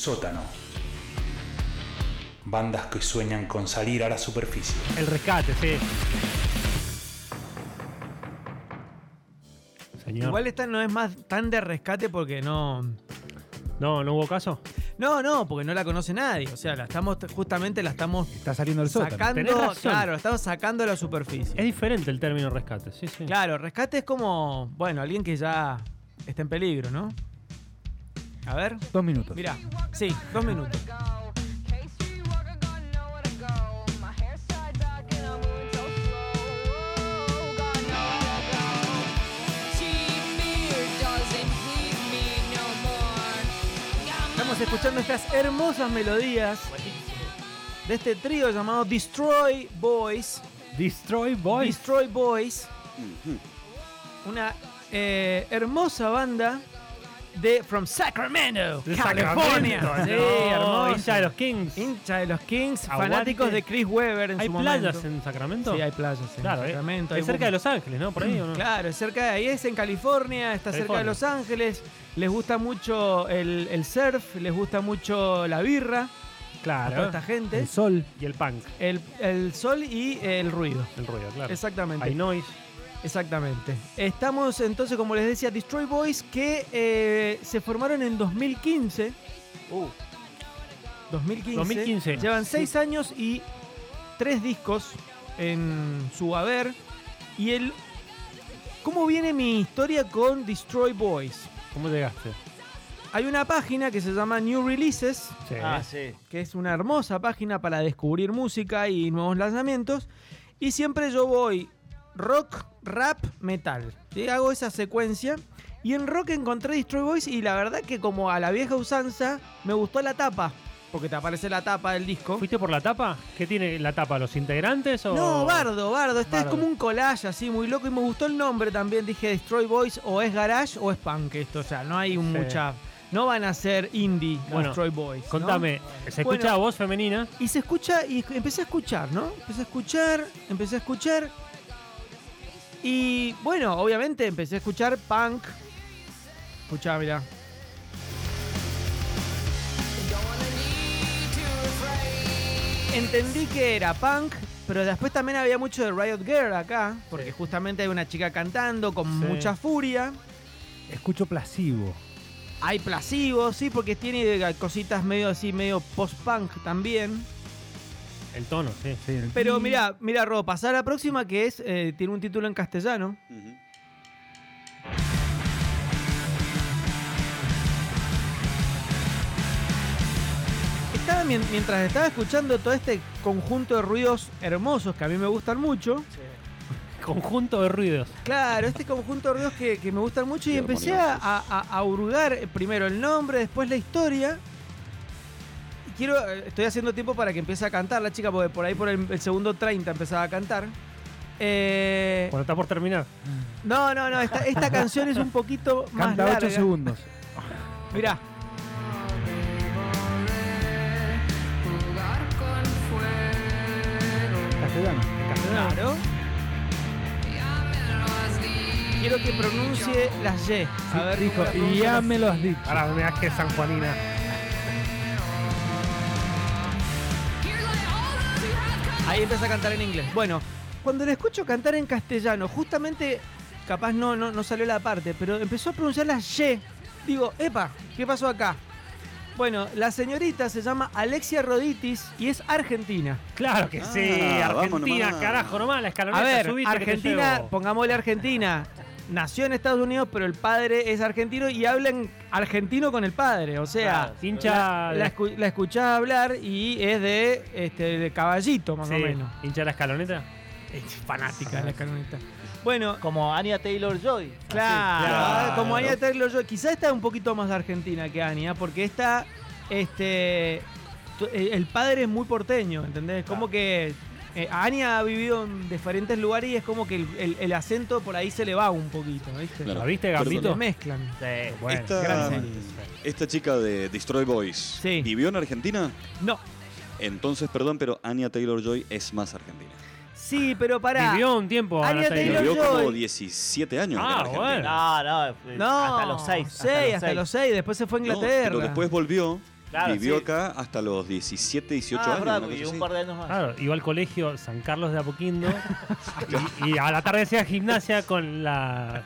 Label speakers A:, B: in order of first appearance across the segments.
A: Sótano. Bandas que sueñan con salir a la superficie.
B: El rescate, sí.
C: Señor.
B: Igual esta no es más tan de rescate porque no.
C: No, no hubo caso.
B: No, no, porque no la conoce nadie. O sea, la estamos justamente la estamos
D: Está saliendo el sótano.
C: Tenés
B: sacando.
C: razón.
B: Claro, la estamos sacando a la superficie.
C: Es diferente el término rescate, sí, sí.
B: Claro, rescate es como. Bueno, alguien que ya está en peligro, ¿no? A ver.
D: Dos minutos.
B: Mirá. Sí, dos minutos. Estamos escuchando estas hermosas melodías de este trío llamado Destroy Boys.
D: Destroy Boys.
B: Destroy Boys. Una eh, hermosa banda de From Sacramento,
C: De
B: California.
C: Sacramento,
B: Sí,
C: no,
B: hermosa.
C: hincha de los Kings.
B: Hincha de los Kings,
C: Aguante.
B: fanáticos de Chris Weber en
C: ¿Hay
B: su
C: playas
B: momento.
C: en Sacramento?
B: Sí, hay playas en
C: Claro, eh.
B: Sacramento.
C: Es
B: hay
C: cerca
B: bu-
C: de Los Ángeles, ¿no? Por ahí, ¿o no?
B: Claro, es cerca de ahí, es en California, está cerca de
C: California.
B: Los Ángeles. Les gusta mucho el, el surf, les gusta mucho la birra a toda
C: Claro.
B: esta gente.
D: El sol.
C: Y el punk,
B: El, el sol y eh, el ruido.
C: el ruido, claro.
B: Exactamente.
C: Hay noise.
B: Exactamente. Estamos entonces, como les decía, Destroy Boys, que eh, se formaron en 2015. 2015.
C: 2015.
B: Llevan seis años y tres discos en su haber. Y el. ¿Cómo viene mi historia con Destroy Boys?
C: ¿Cómo llegaste?
B: Hay una página que se llama New Releases,
C: Sí.
E: Ah, sí.
B: que es una hermosa página para descubrir música y nuevos lanzamientos. Y siempre yo voy rock, rap, metal. ¿sí? Hago esa secuencia. Y en rock encontré Destroy Boys y la verdad que como a la vieja usanza me gustó la tapa. Porque te aparece la tapa del disco.
C: ¿Fuiste por la tapa? ¿Qué tiene la tapa? ¿Los integrantes o.?
B: No, Bardo, Bardo. Este
C: Bardo.
B: es como un collage así, muy loco. Y me gustó el nombre también. Dije Destroy Boys o es Garage o es Punk esto. O sea, no hay un
C: Sí.
B: mucha... No van a ser indie los
C: Bueno,
B: Destroy Boys. ¿no?
C: Contame, ¿se
B: Bueno.
C: escucha voz femenina?
B: Y se escucha, y empecé a escuchar, ¿no? Empecé a escuchar, empecé a escuchar. Y bueno, obviamente empecé a escuchar punk. Escuchá, mirá. Entendí que era punk, pero después también había mucho de Riot Girl acá, porque justamente hay una chica cantando con
C: Sí.
B: mucha furia.
D: Escucho placebo.
B: Hay placivos, sí, porque tiene cositas medio así, medio post-punk también.
C: El tono, sí.
D: Sí, el-
B: Pero mira, mira, Ro, pasar a la próxima que es eh, tiene un título en castellano.
E: Ujú.
B: Estaba mien- mientras estaba escuchando todo este conjunto de ruidos hermosos que a mí me gustan mucho.
C: Conjunto de ruidos.
B: Claro, este conjunto de ruidos que, que me gustan mucho y
E: Qué
B: empecé a,
E: armoniosos.
B: a- a hurgar eh, primero el nombre, después la historia. Y Quiero, eh, estoy haciendo tiempo para que empiece a cantar la chica, porque por ahí por el, el segundo 30 empezaba a cantar. Eh,
C: Bueno, está por terminar.
B: no, no, no, esta, esta canción es un poquito más
D: Canta 8
B: larga.
D: segundos.
B: Mirá.
D: Castellano.
B: Claro. Quiero que pronuncie las Y. A ver,
D: Dijo,
B: ¿cómo la
D: y
B: pronuncia?
D: ya me lo has dicho.
C: Ahora me das que San Juanina.
B: Ahí empieza a cantar en inglés. Bueno, cuando le escucho cantar en castellano, justamente, capaz no, no, no salió la parte, pero empezó a pronunciar las Y. Digo, epa, ¿qué pasó acá? Bueno, la señorita se llama Alexia Roditis y es argentina.
C: Claro que sí,
E: Ah, vamos
C: Argentina,
E: nomás.
C: carajo, nomás la escaloneta
B: A ver,
C: subiste que te
B: Argentina,
C: llevo.
B: pongámosle Argentina. Nació en Estados Unidos, pero el padre es argentino y hablan argentino con el padre. O sea,
C: Claro, hincha de-
B: la, escu- la escuchás hablar y es de, este, de caballito, más
C: Sí,
B: o menos.
C: hincha de la escaloneta.
B: Es fanática la carnita. Bueno,
E: Como Anya Taylor Joy.
B: claro,
C: claro.
B: como Anya Taylor yo, quizá está un poquito más de Argentina que Anya, porque esta, este, tu- eh, el padre es muy porteño, ¿entendés? Como que eh, Anya ha vivido en diferentes lugares y es como que el, el- el acento por ahí se le va un poquito, ¿viste?
C: ¿La
E: Claro.
C: viste,
E: Perdón.
B: Se
C: Gambito?
B: mezclan.
C: Sí,
E: Esta, esta chica de Destroy Boys
B: Sí.
E: vivió en Argentina.
B: No,
E: Entonces, perdón, pero Anya Taylor Joy es más argentina.
B: sí, pero pará.
C: Vivió un tiempo Ana
B: Anya
C: Taylor.
B: Taylor-
E: Vivió como
B: Joy.
E: 17 años
C: Ah,
E: en Argentina.
C: bueno.
B: No,
F: hasta los seis.
B: seis, hasta los seis. Después se fue a
E: No,
B: Inglaterra.
E: pero después volvió
F: Claro,
E: Vivió
F: sí.
E: acá hasta los 17, 18
F: Ah,
E: años.
F: verdad,
E: una
F: porque
E: cosa
F: un
E: así.
F: par de años más.
C: Claro, iba al colegio San Carlos de Apoquindo y, y a la tarde hacía gimnasia con la,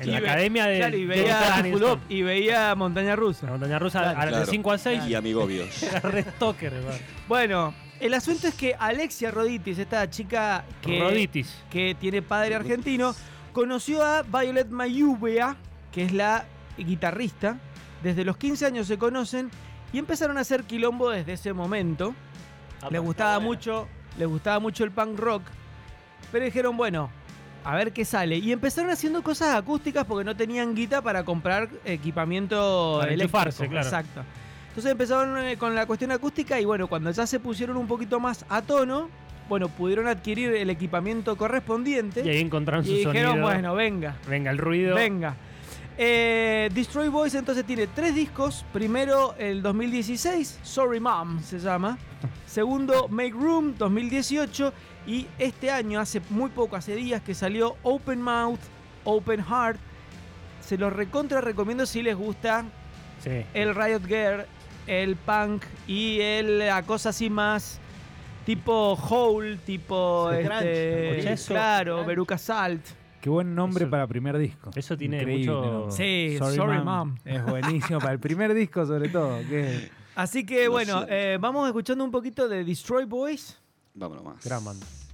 C: en la
B: Y ve-
C: academia de,
B: claro, y
C: de
B: veía,
C: Dr.
B: full up,
C: Aniston.
B: y veía montaña
C: La
B: rusa.
C: montaña rusa
B: Claro.
C: a las de
E: Claro.
C: 5 a 6
E: Y amigobios.
C: era re stalker, hermano.
B: Bueno, el asunto es que Alexia Roditis, esta chica que,
C: Roditis.
B: que tiene padre argentino, conoció a Violet Mayubea, que es la guitarrista. Desde los 15 años se conocen y empezaron a hacer quilombo desde ese momento.
F: Ah,
B: les
F: pues,
B: gustaba
F: está bueno.
B: mucho, les gustaba mucho el punk rock, pero dijeron, bueno, a ver qué sale. Y empezaron haciendo cosas acústicas porque no tenían guita para comprar equipamiento
C: Para
B: eléctrico.
C: enchufarse, claro.
B: Exacto. Entonces empezaron eh, con la cuestión acústica y bueno, cuando ya se pusieron un poquito más a tono, bueno, pudieron adquirir el equipamiento correspondiente
C: Y ahí encontraron su
B: y dijeron,
C: sonido.
B: bueno, venga.
C: Venga, el ruido.
B: Venga. Eh, Destroy Boys entonces tiene tres discos. Primero el 2016, Sorry Mom se llama. Segundo, Make Room 2018. Y este año, hace muy poco, hace días que salió Open Mouth, Open Heart. Se los recontra recomiendo si les gusta
C: Sí.
B: el Riot Gear, el punk y el, la cosa así más tipo Hole, tipo...
F: Sí,
B: este,
F: grunge,
C: eso.
B: claro,
F: grunge.
B: Veruca Salt.
D: Qué buen nombre
C: Eso-
D: para primer disco.
C: eso tiene
D: Increíble
C: mucho-
D: nombre.
B: Sí, Sorry, Mom.
D: Es buenísimo para el primer disco sobre todo. Que
B: Así que
E: Lo
B: bueno,
E: siento.
B: eh, vamos escuchando un poquito de Destroy Boys.
E: Vámonos más.
C: Gran banda.